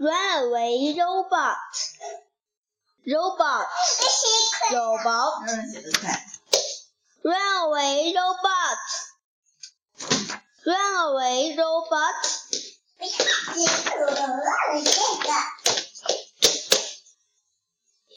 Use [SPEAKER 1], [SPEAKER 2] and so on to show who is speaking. [SPEAKER 1] Run away, robot! Robot, robot,
[SPEAKER 2] 让人写的快。
[SPEAKER 1] run away, robot! Run away, robot!